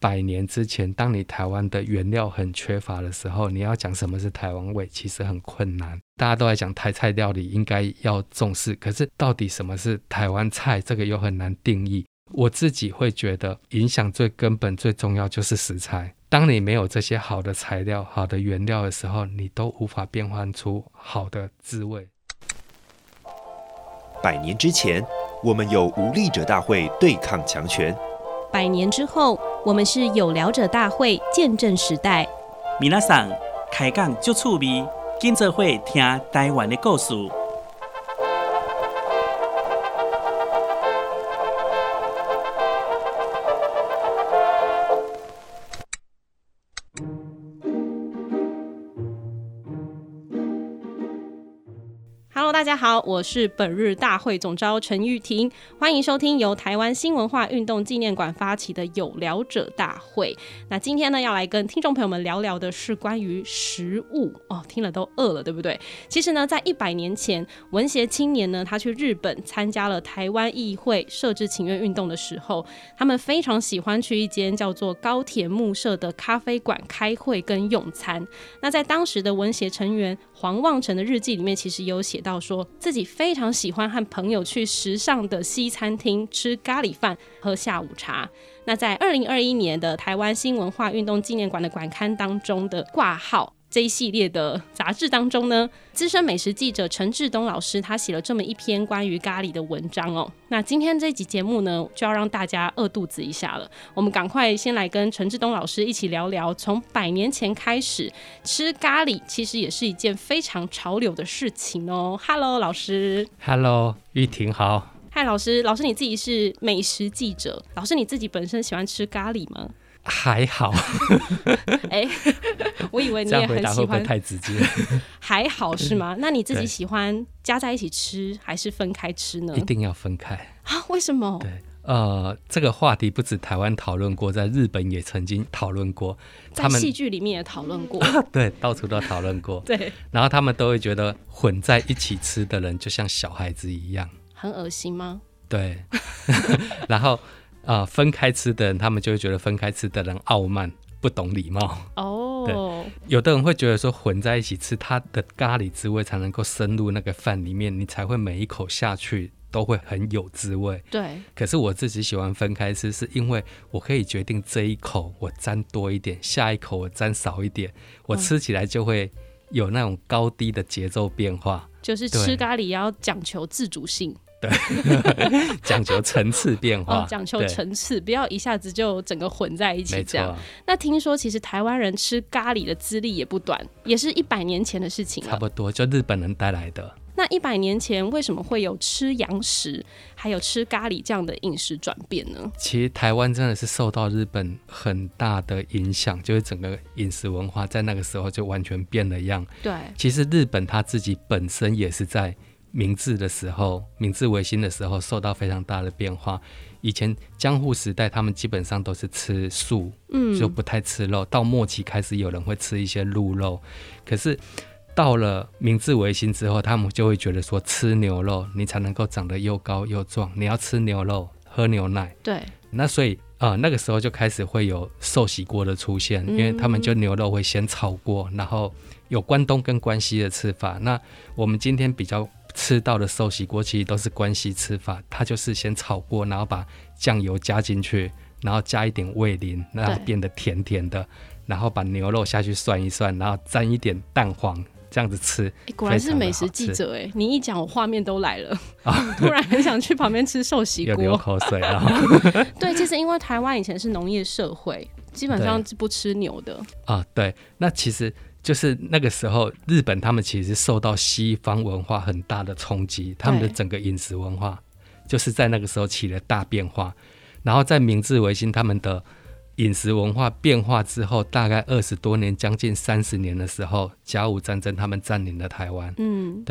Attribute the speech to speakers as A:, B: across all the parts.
A: 百年之前，当你台湾的原料很缺乏的时候，你要讲什么是台湾味，其实很困难。大家都在讲台菜料理应该要重视，可是到底什么是台湾菜，这个又很难定义。我自己会觉得，影响最根本、最重要就是食材。当你没有这些好的材料、好的原料的时候，你都无法变换出好的滋味。
B: 百年之前，我们有无力者大会对抗强权；
C: 百年之后，我们是有聊者大会见证时代。
D: 米娜桑开讲足趣味，今朝会听台湾的故事。
C: Hello，大家好，我是本日大会总召陈玉婷，欢迎收听由台湾新文化运动纪念馆发起的有聊者大会。那今天呢，要来跟听众朋友们聊聊的是关于食物哦，听了都饿了，对不对？其实呢，在一百年前，文协青年呢，他去日本参加了台湾议会设置请愿运动的时候，他们非常喜欢去一间叫做高铁木社的咖啡馆开会跟用餐。那在当时的文协成员黄望成的日记里面，其实也有写到说自己非常喜欢和朋友去时尚的西餐厅吃咖喱饭、喝下午茶。那在二零二一年的台湾新文化运动纪念馆的馆刊当中的挂号。这一系列的杂志当中呢，资深美食记者陈志东老师他写了这么一篇关于咖喱的文章哦。那今天这集节目呢，就要让大家饿肚子一下了。我们赶快先来跟陈志东老师一起聊聊，从百年前开始吃咖喱，其实也是一件非常潮流的事情哦。Hello，老师。
A: Hello，玉婷好。
C: 嗨，老师，老师你自己是美食记者，老师你自己本身喜欢吃咖喱吗？
A: 还好，
C: 哎、 我以为你
A: 这
C: 也
A: 样回
C: 很
A: 答
C: 喜
A: 会不会
C: 欢，
A: 太直 接？
C: 还好是吗？那你自己
A: 对
C: 喜欢加在一起吃还是分开吃呢
A: 一？定要分开。
C: 啊， 为什么？
A: 对，呃，这个话题不止台湾讨论过，在日本也曾经讨论过，
C: 在
A: 他们
C: 戏剧里面也讨论过，，
A: 对到处都讨论过
C: 对，
A: 然后他们都会觉得混在一起吃的人就像小孩子一样，
C: 很恶心吗？
A: 对，然后呃分开吃的人，他们就会觉得分开吃的人傲慢。不懂礼貌，
C: 哦，
A: 有的人会觉得说混在一起吃，它的咖喱滋味才能够深入那个饭里面，你才会每一口下去都会很有滋味。
C: 对，
A: 可是我自己喜欢分开吃，是因为我可以决定这一口我沾多一点，下一口我沾少一点，我吃起来就会有那种高低的节奏变 化，
C: 就是
A: 对
C: 吃咖喱要讲求自主性，
A: 讲究层次变化
C: 哦，，讲求
A: 对，
C: 层次，不要一下子就整个混在一起
A: 没
C: 这
A: 错
C: 样
A: 啊。，
C: 那听说其实台湾人吃咖喱的资历也不短，也是一百年前的事情
A: 差
C: 了。
A: 不多就日本人带来的。
C: 那一百年前为什么会有吃洋食，还有吃咖喱这样的饮食转变呢？
A: 其实台湾真的是受到日本很大的影响，就是整个饮食文化在那个时候就完全变了样。
C: 对，
A: 其实日本它自己本身也是在明治的时候，明治维新的时候受到非常大的变化。以前江户时代，他们基本上都是吃素，
C: 嗯，
A: 就不太吃肉。到末期开始有人会吃一些鹿肉，可是到了明治维新之后，他们就会觉得说吃牛肉你才能够长得又高又壮，你要吃牛肉，喝牛奶。
C: 对，
A: 那所以啊、呃那个时候就开始会有寿喜锅的出现，因为他们就牛肉会先炒过，然后有关东跟关西的吃法。那我们今天比较吃到的寿喜锅其实都是关西吃法，它就是先炒过，然后把酱油加进去，然后加一点味淋，让它
C: 对
A: 变得甜甜的，然后把牛肉下去涮一涮，然后沾一点蛋黄。这样子吃，
C: 诶果然
A: 非
C: 是
A: 常地
C: 美食
A: 好
C: 记
A: 吃
C: 者哎、你一讲我画面 都来了，突然很想去旁边吃寿喜
A: 又流
C: 锅。
A: 口水了
C: 对，其实因为台湾以前是农业社会，基本上
A: 对
C: 是不吃牛的。
A: 啊！对，那其实就是那个时候，日本他们其实受到西方文化很大的冲击，他们的
C: 对
A: 整个饮食文化就是在那个时候起了大变化。然后在明治维新，他们的饮食文化变化之后，大概二十多年，将近三十年的时候，甲午战争他们占领了台湾。
C: 嗯，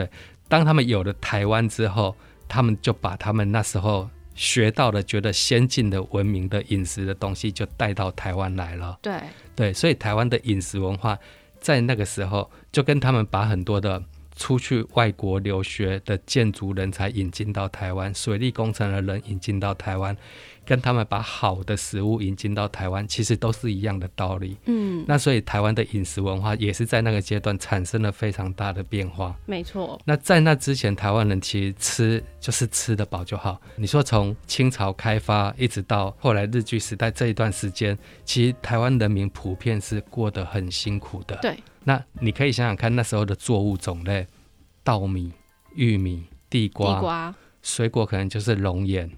A: 当他们有了台湾之后，他们就把他们那时候学到的、觉得先进的、文明的饮食的东西，就带到台湾来了。
C: 对，
A: 对，所以台湾的饮食文化在那个时候就跟他们把很多的出去外国留学的建筑人才引进到台湾，水利工程的人引进到台湾，跟他们把好的食物引进到台湾，其实都是一样的道理。
C: 嗯，
A: 那所以台湾的饮食文化也是在那个阶段产生了非常大的变化。
C: 没错，
A: 那在那之前，台湾人其实吃就是吃得饱就好。你说从清朝开发一直到后来日据时代这一段时间，其实台湾人民普遍是过得很辛苦的。
C: 对，
A: 那你可以想想看，那时候的作物种类，稻米、玉米、地瓜，
C: 地瓜，
A: 水果可能就是龙眼、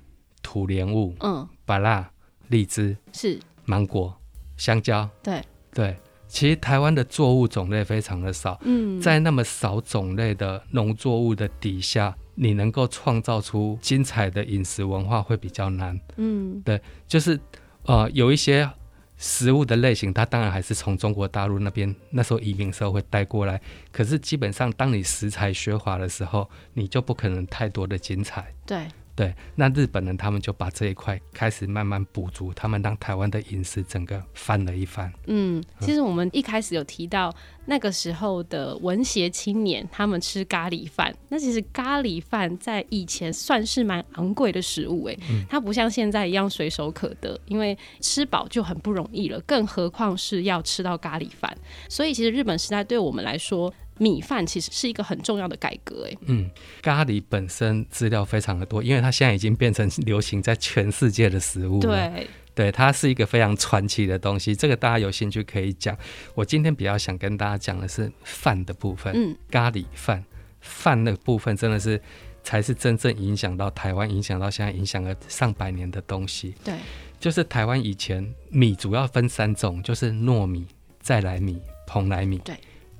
A: 土莲雾、
C: 嗯，
A: 芭辣、荔枝、
C: 是，
A: 芒果、香蕉。
C: 对，
A: 对，其实台湾的作物种类非常的少。
C: 嗯，
A: 在那么少种类的农作物的底下，你能够创造出精彩的饮食文化会比较难。
C: 嗯，
A: 就是呃，有一些食物的类型，它当然还是从中国大陆那边那时候移民社会带过来，可是基本上当你食材缺乏的时候，你就不可能太多的精彩。
C: 对，
A: 对，那日本人他们就把这一块开始慢慢补足，他们让台湾的饮食整个翻了一番。
C: 嗯，其实我们一开始有提到那个时候的文协青年，他们吃咖喱饭。那其实咖喱饭在以前算是蛮昂贵的食物、欸，哎、它不像现在一样随手可得，因为吃饱就很不容易了，更何况是要吃到咖喱饭。所以其实日本时代对我们来说，米饭其实是一个很重要的改革、欸，哎，
A: 嗯，咖喱本身资料非常的多，因为它现在已经变成流行在全世界的食物了。
C: 对，
A: 对，它是一个非常传奇的东西，这个大家有兴趣可以讲。我今天比较想跟大家讲的是饭的部分，
C: 嗯，
A: 咖喱饭，饭的部分真的是才是真正影响到台湾，影响到现在，影响了上百年的东西。
C: 对，
A: 就是台湾以前米主要分三种，就是糯米、再来米、蓬莱米。
C: 对，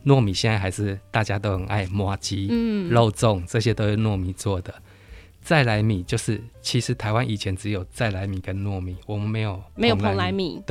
A: 糯米现在还是大家都很爱摸鸡，
C: 嗯，
A: 肉粽这些都是糯米做的。再来米就是，其实台湾以前只有再来米跟糯米，我们没有
C: 没有蓬莱。米，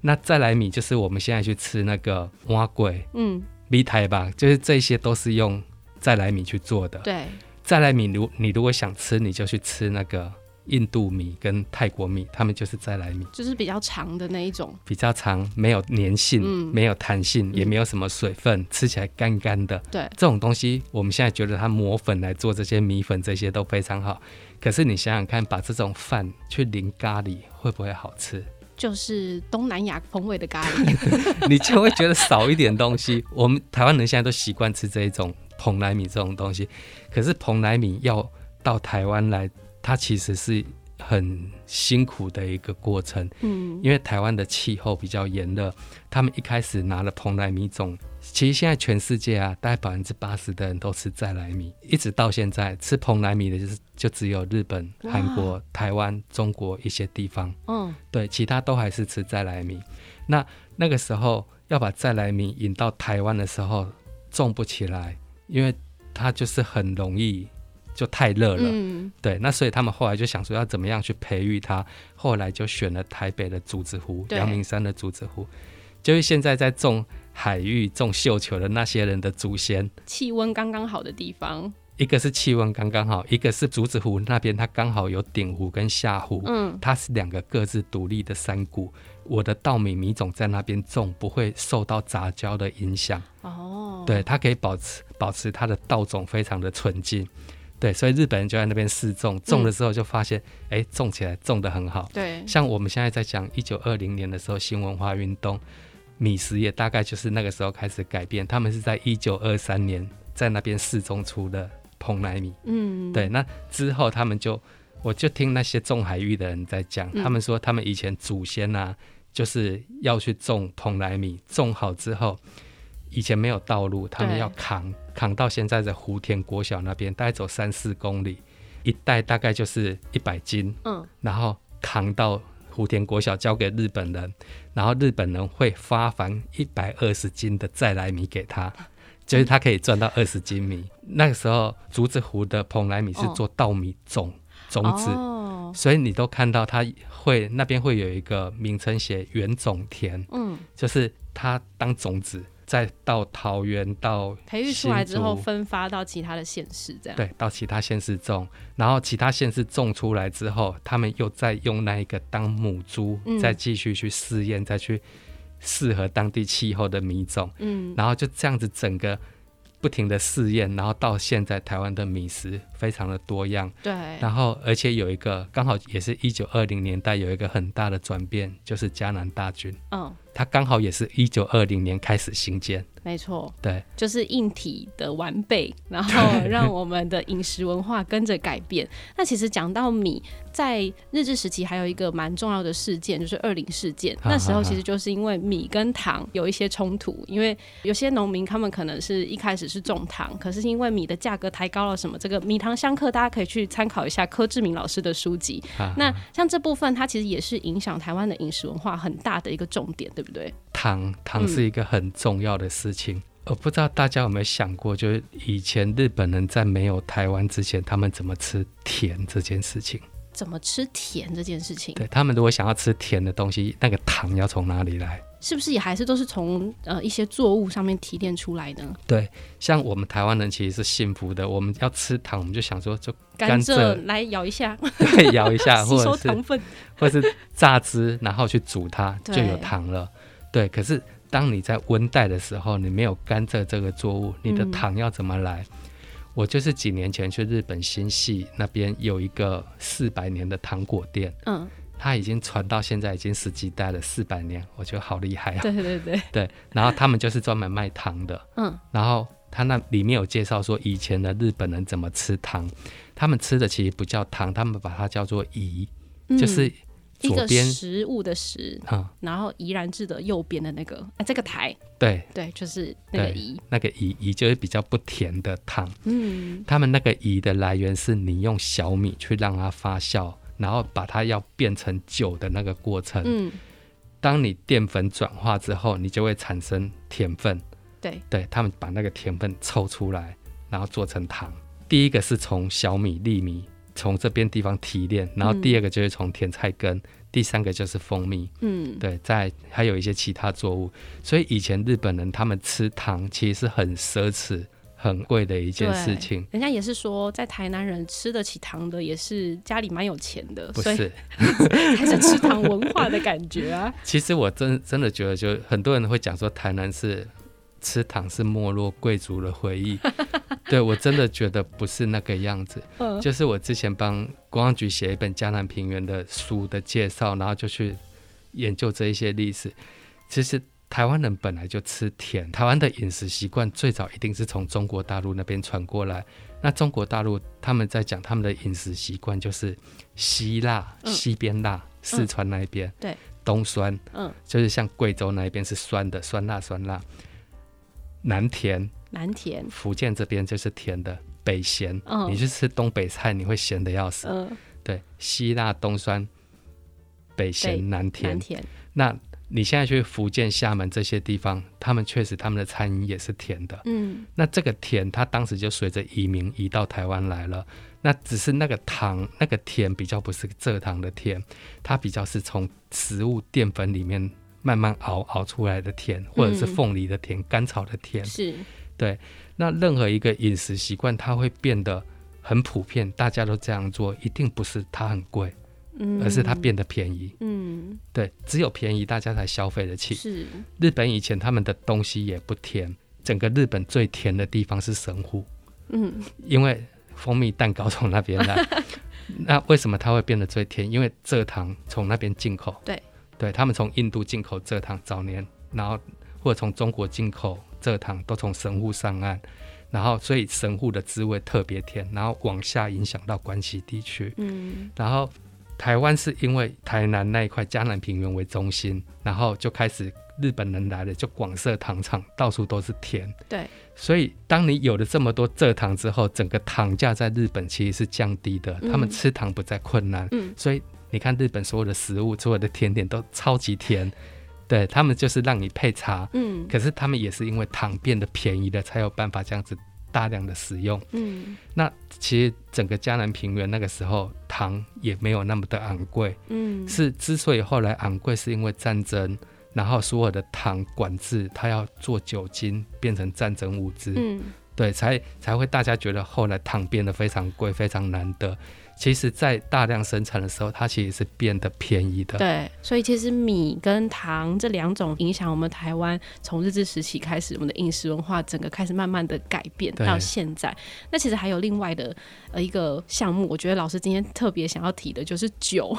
A: 那再来米就是我们现在去吃那个蛙粿、
C: 嗯，
A: 米苔吧，就是这些都是用再来米去做的。
C: 对，
A: 再来米如你如果想吃，你就去吃那个印度米跟泰国米，他们就是再来米。
C: 就是比较长的那一种，
A: 比较长，没有粘性，
C: 嗯
A: 没有弹性，
C: 嗯
A: 也没有什么水分，吃起来干干的。
C: 对，
A: 这种东西，我们现在觉得它磨粉来做这些米粉，这些都非常好。可是你想想看，把这种饭去淋咖喱，会不会好 吃？
C: 就是东南亚风味的咖喱。
A: 你就会觉得少一点东西。我们台湾人现在都习惯吃这一种蓬莱米这种东西，可是蓬莱米要到台湾来，它其实是很辛苦的一个过程。
C: 嗯，
A: 因为台湾的气候比较炎热，他们一开始拿了蓬莱米种，其实现在全世界啊，大概百分之八十的人都吃再来米，一直到现在吃蓬莱米的就是就只有日本、
C: 哇
A: 韩国、台湾、中国一些地方，
C: 嗯，
A: 对，其他都还是吃再来米。那那个时候要把再来米引到台湾的时候，种不起来，因为它就是很容易就太热了。
C: 嗯，
A: 对，那所以他们后来就想说要怎么样去培育它，后来就选了台北的竹子湖、
C: 对
A: 阳明山的竹子湖，就是现在在种海域、种绣球的那些人的祖先。
C: 气温刚刚好的地方，
A: 一个是气温刚刚好，一个是竹子湖那边它刚好有顶湖跟下湖，
C: 嗯，
A: 它是两个各自独立的山谷。我的稻米米种在那边种，不会受到杂交的影响。
C: 哦，
A: 对，它可以保持保持它的稻种非常的纯净。对，所以日本人就在那边试种，种了之后就发现，哎、种起来种得很好。
C: 对，
A: 像我们现在在讲一九二零年的时候，新文化运动，米食也大概就是那个时候开始改变。他们是在一九二三年在那边试种出的蓬莱米。
C: 嗯，
A: 对，那之后他们就，我就听那些种海域的人在讲，
C: 嗯
A: 他们说他们以前祖先啊，就是要去种蓬莱米，种好之后，以前没有道路，他们
C: 对
A: 要扛扛到现在的湖田国小那边，大概走三四公里，一袋大概就是一百斤，
C: 嗯，
A: 然后扛到。湖田国小交给日本人，然后日本人会发还一百二十斤的再来米给他，
C: 啊
A: 就是他可以赚到二十斤米。那个时候，竹子湖的蓬莱米是
C: 哦
A: 做稻米种、种子，
C: 哦，
A: 所以你都看到它会那边会有一个名称写原种田，
C: 嗯，
A: 就是它当种子，再到桃园到
C: 培育出来之后
A: 新竹
C: 分发到其他的县市，这样，
A: 对，到其他县市种，然后其他县市种出来之后，他们又再用那一个当母猪，
C: 嗯
A: 再继续去试验，再去适合当地气候的米种，
C: 嗯，
A: 然后就这样子整个不停的试验，然后到现在台湾的米食非常的多样，
C: 对，
A: 然后而且有一个刚好也是一九二零年代有一个很大的转变，就是迦南大军，
C: 嗯，
A: 它刚好也是一九二零年开始兴建，
C: 没错，
A: 对
C: 就是硬体的完备，然后 让我们的饮食文化跟着改变。那其实讲到米，在日治时期还有一个蛮重要的事件，就是二零事件。
A: 哈
C: 那时候其实就是因为米跟糖有一些冲突，因为有些农民他们可能是一开始是种糖，可是因为米的价格抬高了，什么这个米糖相克，大家可以去参考一下柯志明老师的书籍。
A: 啊，
C: 那像这部分，它其实也是影响台湾的饮食文化很大的一个重点，对不对？
A: 糖糖
C: 嗯
A: 是一个很重要的事情。我不知道大家有没有想过，就是以前日本人在没有台湾之前，他们怎么吃甜这件事情？
C: 怎么吃甜这件事情，
A: 对他们如果想要吃甜的东西，那个糖要从哪里来？
C: 是不是也还是都是从呃一些作物上面提炼出来的？
A: 对，像我们台湾人其实是幸福的，我们要吃糖，我们就想说就
C: 甘
A: 甘
C: 蔗
A: 蔗
C: 来咬一下，
A: 对摇一下，
C: 吸
A: 或
C: 收
A: 者
C: 糖
A: 是
C: 分。
A: 或是榨汁，然后去煮它
C: 对
A: 就有糖了。对，可是当你在温带的时候，你没有甘蔗这个作物，你的
C: 嗯
A: 糖要怎么来？我就是几年前去日本新系那边有一个四百年的糖果店，
C: 嗯，
A: 它已经传到现在已经十几代了，四百年，我觉得好厉害啊！
C: 对对对，
A: 对，然后他们就是专门卖糖的，
C: 嗯，
A: 然后他那里面有介绍说，以前的日本人怎么吃糖，他们吃的其实不叫糖，他们把它叫做饴，
C: 嗯
A: 就是
C: 一
A: 左
C: 个
A: 边
C: 食物的食，
A: 啊、
C: 然后怡然自得右边的那个，哎、这个台，
A: 对
C: 对，就是那个
A: 对
C: 怡，
A: 那个饴饴就是比较不甜的糖。
C: 嗯，
A: 他们那个饴的来源是你用小米去让它发酵，然后把它要变成酒的那个过程。
C: 嗯，
A: 当你淀粉转化之后，你就会产生甜分。
C: 对，
A: 对他们把那个甜分抽出来，然后做成糖。第一个是从小米粒米从这边地方提炼，然后第二个就是从甜菜根，第三个就是蜂蜜，
C: 嗯，
A: 对，再还有一些其他作物。所以以前日本人他们吃糖其实是很奢侈、很贵的一件事情。
C: 人家也是说，在台南人吃得起糖的，也是家里蛮有钱的，
A: 不
C: 所以
A: 是，
C: 还是吃糖文化 的感觉啊。
A: 其实我真真的觉得，就很多人会讲说台南是吃糖是没落贵族的回 忆，对我真的觉得不是那个样子。
C: 嗯，
A: 就是我之前帮公安局写一本江南平原的书的介绍，然后就去研究这一些历史。其实台湾人本来就吃甜，台湾的饮食习惯最早一定是从中国大陆那边传过来。那中国大陆他们在讲他们的饮食习惯就是西辣、
C: 嗯
A: 西边辣，四川那一边、
C: 对，
A: 冬酸，
C: 嗯，
A: 就是像贵州那一边是酸的，酸辣酸辣。南甜，
C: 南甜，
A: 福建这边就是甜的，北咸。
C: 嗯
A: 你去吃东北菜，你会咸的要死。
C: 嗯，
A: 对，西辣东酸，北
C: 对
A: 咸南甜
C: 南。甜，
A: 那你现在去福建、厦门这些地方，他们确实他们的餐饮也是甜的。
C: 嗯，
A: 那这个甜，它当时就随着移民移到台湾来了。那只是那个糖，那个甜比较不是蔗糖的甜，它比较是从食物淀粉里面慢慢熬熬出来的甜，或者是
C: 嗯
A: 凤梨的甜、甘草的甜。
C: 是，
A: 那任何一个饮食习惯，它会变得很普遍，大家都这样做，一定不是它很贵，
C: 嗯，
A: 而是它变得便宜。
C: 嗯，
A: 对，只有便宜大家才消费得起。
C: 是，
A: 日本以前他们的东西也不甜，整个日本最甜的地方是神户，
C: 嗯，
A: 因为蜂蜜蛋糕从那边来。 那为什么它会变得最甜？因为蔗糖从那边进口。
C: 对，
A: 对他们从印度进口蔗糖，早年，然后或者从中国进口蔗糖，都从神户上岸，然后所以神户的滋味特别甜，然后往下影响到关西地区。
C: 嗯，
A: 然后台湾是因为台南那一块江南平原为中心，然后就开始日本人来了，就广设糖厂，到处都是甜。
C: 对，
A: 所以当你有了这么多蔗糖之后，整个糖价在日本其实是降低的，
C: 嗯
A: 他们吃糖不再困难。
C: 嗯
A: 所以你看日本所有的食物，所有的甜点都超级甜，对他们就是让你配茶，
C: 嗯，
A: 可是他们也是因为糖变得便宜了，才有办法这样子大量的使用。
C: 嗯，
A: 那其实整个迦南平原那个时候糖也没有那么的昂贵，
C: 嗯，
A: 是之所以后来昂贵，是因为战争，然后所有的糖管制，它要做酒精变成战争物资，
C: 嗯，
A: 对，才才会大家觉得后来糖变得非常贵，非常难得。其实在大量生产的时候，它其实是变得便宜的。
C: 对，所以其实米跟糖这两种影响我们台湾从日治时期开始，我们的饮食文化整个开始慢慢的改变
A: 对
C: 到现在。那其实还有另外的呃一个项目，我觉得老师今天特别想要提的就是酒，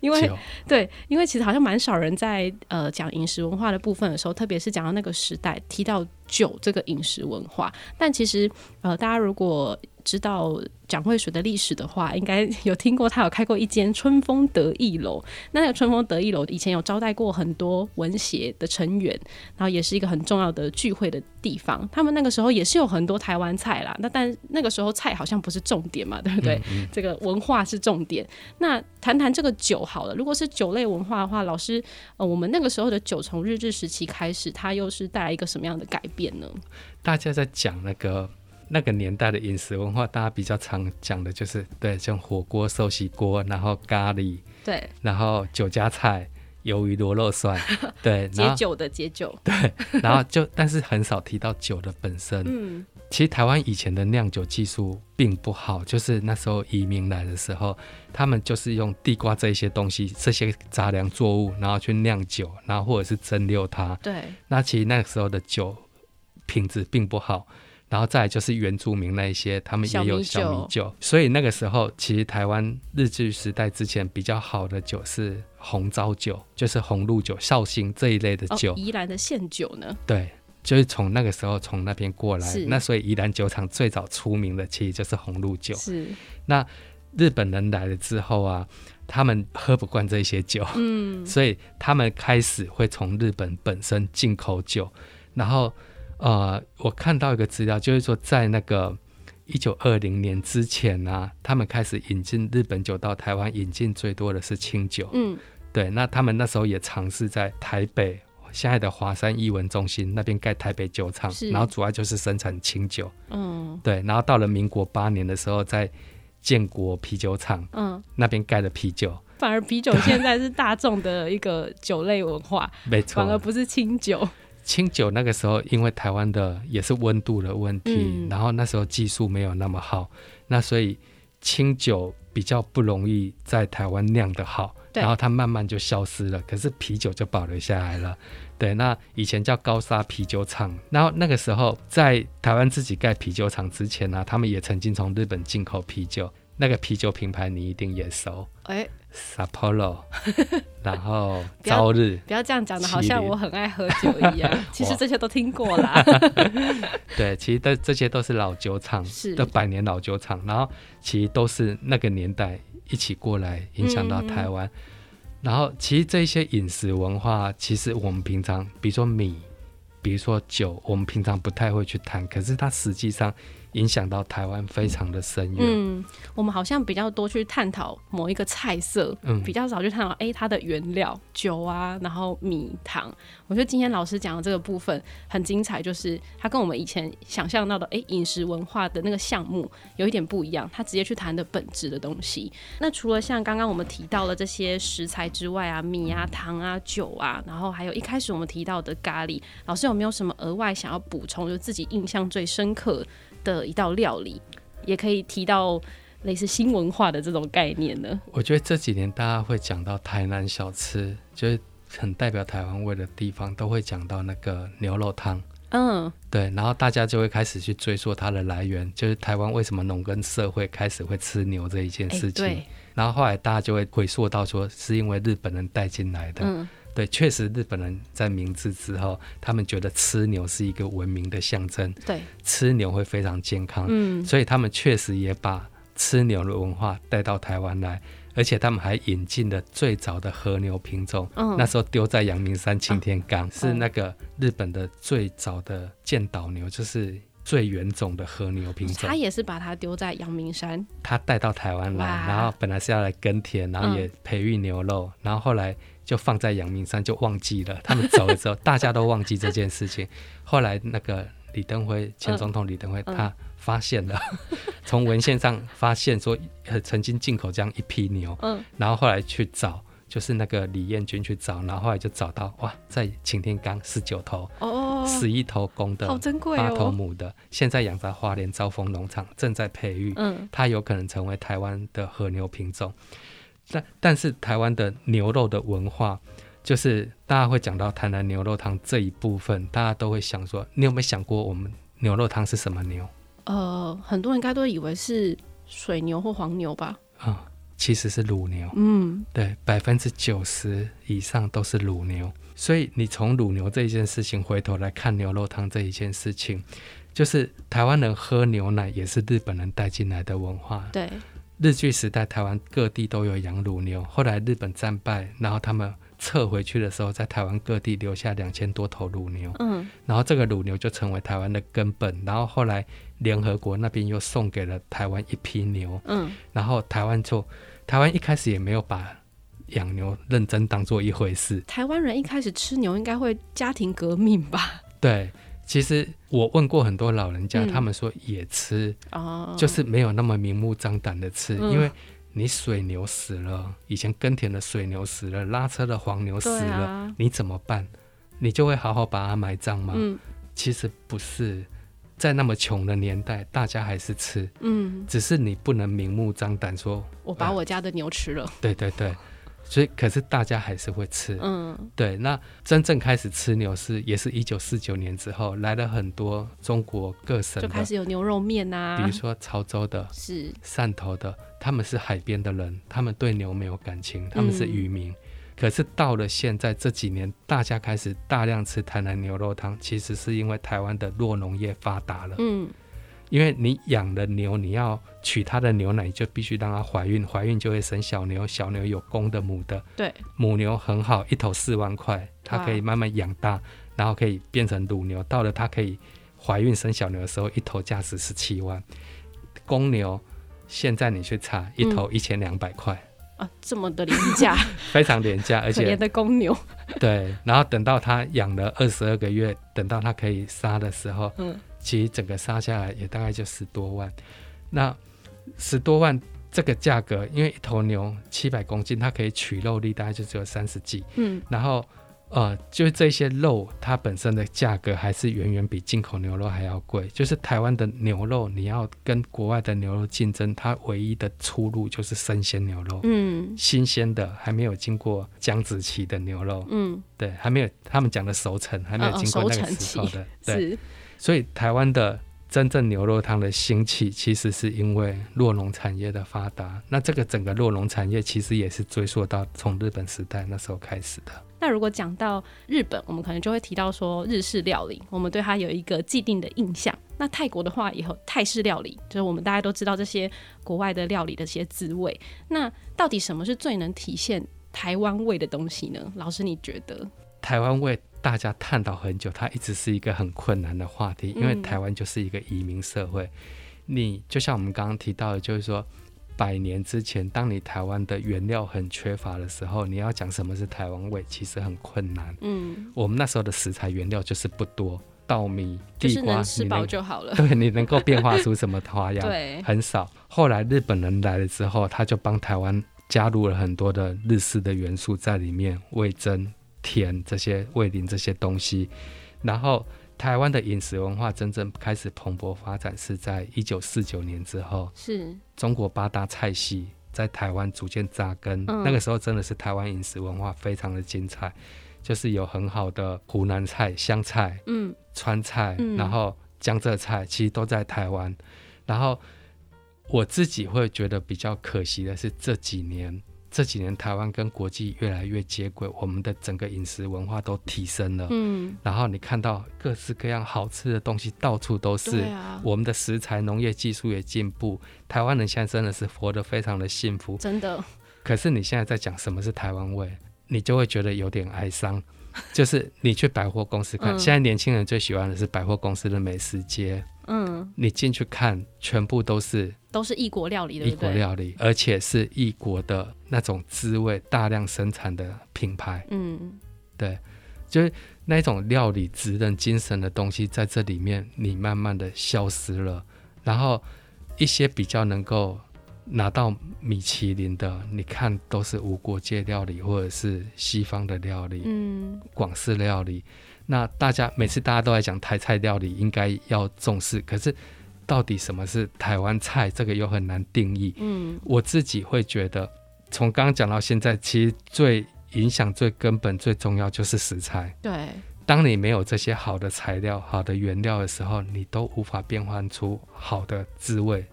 C: 因为
A: 酒
C: 对，因为其实好像蛮少人在呃讲饮食文化的部分的时候，特别是讲到那个时代提到酒这个饮食文化，但其实呃大家如果知道蒋渭水的历史的话，应该 有听过他有开过一间春风得意楼。那那个春风得意楼以前有招待过很多文协的成员，然后也是一个很重要的聚会的地方。他们那个时候也是有很多台湾菜啦，那但那个时候菜好像不是重点嘛，对不对？这个文化是重点。那谈谈这个酒好了，如果是酒类文化的话，老师，呃，我们那个时候的酒从日治时期开始，它又是带来一个什么样的改变呢？
A: 大家在讲那个那个年代的饮食文化，大家比较常讲的就是对，像火锅、寿喜锅，然后咖喱，
C: 对，
A: 然后酒家菜、鱿鱼、螺肉 蒜，对，然
C: 解
A: 后
C: 酒的解酒，
A: 然后就但是很少提到酒的本身。
C: 嗯，
A: 其实台湾以前的酿酒技术并不好，就是那时候移民来的时候，他们就是用地瓜这一些东西、这些杂粮作物，然后去酿酒，然后或者是蒸馏它。
C: 对，
A: 那其实那个时候的酒品质并不好，然后再来就是原住民那一些，他们也有
C: 小米
A: 小米酒，所以那个时候其实台湾日据时代之前比较好的酒是红糟酒，就是红露酒、绍兴这一类的
C: 哦
A: 酒，，
C: 宜兰的现酒呢？
A: 对。就是从那个时候从那边过来
C: 是，
A: 那所以宜兰酒厂最早出名的其实就是红露酒。
C: 是，
A: 那日本人来了之后啊，他们喝不惯这些酒，
C: 嗯，
A: 所以他们开始会从日本本身进口酒，然后呃，我看到一个资料，就是说在那个一九二零年之前啊，他们开始引进日本酒到台湾，引进最多的是清酒。
C: 嗯，
A: 对，那他们那时候也尝试在台北现在的华山艺文中心那边盖台北酒厂
C: 是，
A: 然后主要就是生产清酒。
C: 嗯，
A: 对，然后到了民国八年的时候，在建国啤酒厂
C: 嗯。
A: 那边盖了啤酒，
C: 反而啤酒现在是大众的一个酒类文化，
A: 没错，
C: 反而不是清酒。
A: 清酒那个时候，因为台湾的也是温度的问题，
C: 嗯
A: 然后那时候技术没有那么好，那所以清酒比较不容易在台湾酿得好，
C: 对
A: 然后它慢慢就消失了。可是啤酒就保留下来了。对，那以前叫高沙啤酒厂，然后那个时候在台湾自己盖啤酒厂之前呢、啊他们也曾经从日本进口啤酒，那个啤酒品牌你一定也熟
C: 哎、
A: ，Sapporo，然 后
C: 不要
A: 朝日，
C: 不要这样讲的，
A: 麒
C: 好像
A: 麟
C: 我很爱喝酒 一样。其实
A: 哇
C: 这些都听过啦。
A: 对，其实这这些都是老酒厂
C: 是
A: 的百年老酒厂，然后其实都是那个年代一起过来影响到台
C: 嗯
A: 湾。然后其实这些饮食文化，其实我们平常比如说米，比如说酒，我们平常不太会去谈，可是它实际上影响到台湾非常的深远。
C: 嗯，我们好像比较多去探讨某一个菜色，
A: 嗯
C: 比较少去探讨哎、诶它的原料酒啊，然后米糖。我觉得今天老师讲的这个部分很精彩，就是它跟我们以前想象到的哎饮、食文化的那个项目有一点不一样，它直接去谈的本质的东西。那除了像刚刚我们提到了这些食材之外啊，米啊、糖啊、酒啊，然后还有一开始我们提到的咖喱，老师有没有什么额外想要补充，就自己印象最深刻的一道料理？也可以提到类似新文化的这种概念呢？
A: 我觉得这几年大家会讲到台南小吃，就是很代表台湾味的地方，都会讲到那个牛肉汤。
C: 嗯，
A: 对，然后大家就会开始去追溯它的来源，就是台湾为什么农耕社会开始会吃牛这一件
C: 哎、
A: 事情。
C: 对，
A: 然后后来大家就会回溯到说，是因为日本人带进来的。
C: 嗯，
A: 对，确实日本人在明治之后，他们觉得吃牛是一个文明的象征，
C: 对，
A: 吃牛会非常健康，
C: 嗯，
A: 所以他们确实也把吃牛的文化带到台湾来。而且他们还引进了最早的和牛品种，
C: 嗯
A: 那时候丢在阳明山擎天岗，是那个日本的最早的剑岛牛，就是最原种的和牛品种
C: 他。也是把它丢在阳明山，
A: 他带到台湾来
C: 哇，嗯
A: 然后本来是要来耕田，然后也培育牛肉，然后后来就放在阳明山就忘记了。他们走了之 后，大家都忘记这件事情。后来那个李登辉，前总统李登辉，
C: 嗯
A: 他发现了， 从文献上发现说，呃，曾经进口这样一批牛，
C: 嗯，
A: 然后后来去找。就是那个李彦军去找，然后后来就找到哇，在擎天岗十九头，
C: 哦哦哦
A: 十一头公的、
C: 好珍贵
A: 八头
C: 哦。
A: 母的，现在养在花莲兆丰农场，正在培育。
C: 嗯，
A: 它有可能成为台湾的和牛品种。但但是台湾的牛肉的文化，就是大家会讲到台南牛肉汤这一部分，大家都会想说，你有没有想过我们牛肉汤是什么牛
C: 呃，很多人应该都以为是水牛或黄牛吧？
A: 啊、其实是乳牛，
C: 嗯，
A: 对，百分之九十以上都是乳牛。所以你从乳牛这一件事情回头来看牛肉汤这一件事情，就是台湾人喝牛奶也是日本人带进来的文化，
C: 对，
A: 日据时代，台湾各地都有养乳牛，后来日本战败，然后他们撤回去的时候，在台湾各地留下两千多头乳牛，
C: 嗯，
A: 然后这个乳牛就成为台湾的根本，然后后来联合国那边又送给了台湾一批牛，
C: 嗯，
A: 然后台湾就台湾一开始也没有把养牛认真当做一回事，
C: 台湾人一开始吃牛应该会家庭革命吧？
A: 对。其实我问过很多老人家，
C: 嗯
A: 他们说也吃，
C: 哦，
A: 就是没有那么明目张胆的吃，
C: 嗯
A: 因为你水牛死了，以前耕田的水牛死了，拉车的黄牛死
C: 对
A: 了，
C: 啊，
A: 你怎么办？你就会好好把它埋葬吗？
C: 嗯
A: 其实不是，在那么穷的年代，大家还是吃，
C: 嗯，
A: 只是你不能明目张胆说，
C: 我把
A: 呃
C: 我家的牛吃了，
A: 对对对，所以可是大家还是会吃，
C: 哦嗯
A: 对，那真正开始吃牛是也是一九四九年之后，来了很多中国各省
C: 就
A: 的，
C: 开始有牛肉面
A: 比
C: 啊
A: 如，说潮州的、
C: 是，
A: 汕头的，他们是海边的人，他们对牛没有感情，他们是渔民。可是到了现在这几年，大家开始大量吃台南牛肉汤，其实是因为台湾的弱农业发达了。
C: 嗯
A: 因为你养了牛，你要取它的牛奶，你就必须让它怀孕，怀孕就会生小牛，小牛有公的母的，
C: 对，
A: 母牛很好，一头四万块，它
C: 哇
A: 可以慢慢养大，然后可以变成乳牛。到了它可以怀孕生小牛的时候，一头价值十七万。公牛现在你去查，一
C: 嗯
A: 头一千两百块，
C: 啊，这么的廉价，
A: 非常廉价，而
C: 可怜
A: 且
C: 的公牛，
A: 对。然后等到它养了二十二个月，等到它可以杀的时候，
C: 嗯
A: 其实整个杀下来也大概就十多万。那十多万这个价格，因为一头牛七百公斤，它可以取肉力大概就只有三十几。
C: 嗯
A: 然后呃，就是这些肉它本身的价格还是远远比进口牛肉还要贵。就是台湾的牛肉，你要跟国外的牛肉竞争，它唯一的出路就是生鲜牛肉。
C: 嗯
A: 新鲜的，还没有经过僵直期的牛肉，
C: 嗯，
A: 对，还没有他们讲的熟成，还没有
C: 嗯嗯
A: 经过那
C: 熟
A: 个
C: 成
A: 时候
C: 期
A: 的，对，
C: 是，
A: 所以台湾的真正牛肉汤的兴起，其实是因为洛农产业的发达。那这个整个洛农产业其实也是追溯到从日本时代那时候开始的。
C: 那如果讲到日本，我们可能就会提到说日式料理，我们对它有一个既定的印象。那泰国的话，也有泰式料理，就是我们大家都知道这些国外的料理的一些滋味。那到底什么是最能体现台湾味的东西呢？老师，你觉得？
A: 台湾为大家探讨很久，它一直是一个很困难的话题，因为
C: 嗯
A: 台湾就是一个移民社会。你就像我们刚刚提到的，就是说。百年之前，当你台湾的原料很缺乏的时候，你要讲什么是台湾味，其实很困难。
C: 嗯，
A: 我们那时候的食材原料就是不多，稻米、
C: 就
A: 地
C: 是
A: 瓜，
C: 能吃
A: 你
C: 饱
A: 能
C: 就好 了。
A: 对你能够变化出什么花样？
C: 对，
A: 很少。后来日本人来了之后，他就帮台湾加入了很多的日式的元素在里面，味增、甜这些味淋这些东西。然后台湾的饮食文化真正开始蓬勃发展是在一九四九年之后，
C: 是，
A: 中国八大菜系在台湾逐渐扎根。
C: 嗯
A: 那个时候真的是台湾饮食文化非常的精彩，就是有很好的湖南菜、湘菜、
C: 嗯
A: 川菜，
C: 嗯
A: 然后江浙菜，其实都在台湾。然后我自己会觉得比较可惜的是，这几年这几年台湾跟国际越来越接轨，我们的整个饮食文化都提升了。
C: 嗯，
A: 然后你看到各式各样好吃的东西到处都是，
C: 对啊，
A: 我们的食材、农业技术也进步，台湾人现在真的是活得非常的幸福。
C: 真的，
A: 可是你现在在讲什么是台湾味，你就会觉得有点哀伤。 就是你去百货公司看，
C: 嗯
A: 现在年轻人最喜欢的是百货公司的美食街，
C: 嗯，
A: 你进去看，全部都是
C: 都是异国料理，对
A: 异
C: 不
A: 国
C: 对？
A: 料理，而且是异国的那种滋味，大量生产的品牌，
C: 嗯，
A: 对，就是那种料理职人精神的东西，在这里面你慢慢的消失了，然后一些比较能够拿到米其林的，你看都是无国界料理或者是西方的料理、
C: 嗯，
A: 广式料理，那大家每次大家都在讲台菜料理应该要重视，可是到底什么是台湾菜，这个又很难定义。
C: 嗯
A: 我自己会觉得，从刚刚讲到现在，其实最影响最根本、最重要就是食材。
C: 对，
A: 当你没有这些好的材料、好的原料的时候，你都无法变换出好的滋味。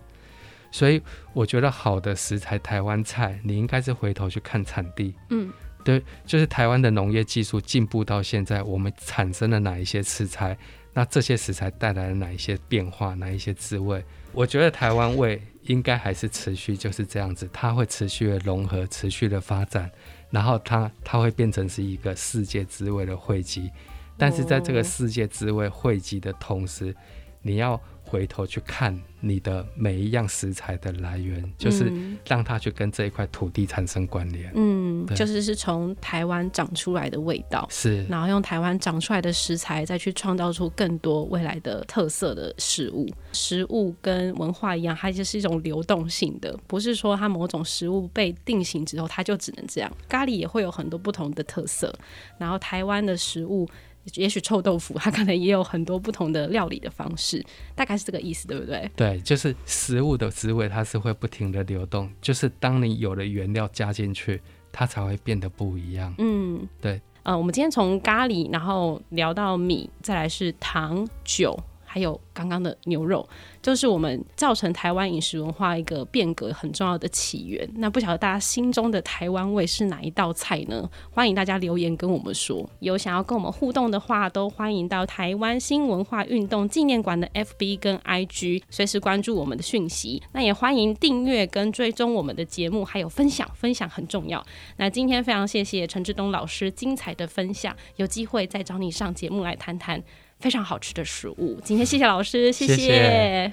A: 所以我觉得好的食材，台湾菜，你应该是回头去看产地，
C: 嗯
A: 对，就是台湾的农业技术进步到现在，我们产生了哪一些食材？那这些食材带来了哪一些变化，哪一些滋味？我觉得台湾味应该还是持续就是这样子，它会持续的融合，持续的发展，然后它它会变成是一个世界滋味的汇集。但是在这
C: 哦
A: 个世界滋味汇集的同时，你要回头去看你的每一样食材的来源，就是
C: 嗯
A: 让它去跟这一块土地产生关联。
C: 嗯，
A: 对
C: 就是是从台湾长出来的味道。
A: 是，
C: 然后用台湾长出来的食材，再去创造出更多未来的特色的食物。食物跟文化一样，它就是一种流动性的，不是说它某种食物被定型之后，它就只能这样。咖喱也会有很多不同的特色，然后台湾的食物。也许臭豆腐，它可能也有很多不同的料理的方式，大概是这个意思，对不对？
A: 对，就是食物的滋味，它是会不停的流动。就是当你有了原料加进去，它才会变得不一样。
C: 嗯，
A: 对。
C: 呃，我们今天从咖喱，然后聊到米，再来是糖、酒，还有刚刚的牛肉，就是我们造成台湾饮食文化一个变革很重要的起源。那不晓得大家心中的台湾味是哪一道菜呢？欢迎大家留言跟我们说。有想要跟我们互动的话，都欢迎到台湾新文化运动纪念馆的 FB 跟 IG，随时关注我们的讯息。那也欢迎订阅跟追踪我们的节目，还有分享，分享很重要。那今天非常谢谢陈志东老师精彩的分享，有机会再找你上节目来谈谈非常好吃的食物。今天谢谢老师，谢。
A: 谢谢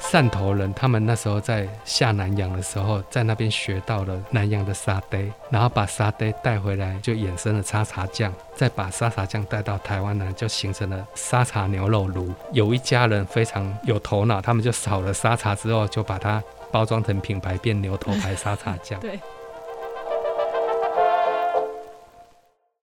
A: 汕头人他们那时候在下南洋的时候，在那边学到了南洋的沙爹，然后把沙爹带回来，就衍生了沙茶酱，再把沙茶酱带到台湾来，就形成了沙茶牛肉炉。有一家人非常有头脑，他们就少了沙茶之后，就把它包装成品牌，变牛头牌沙茶酱
C: 对，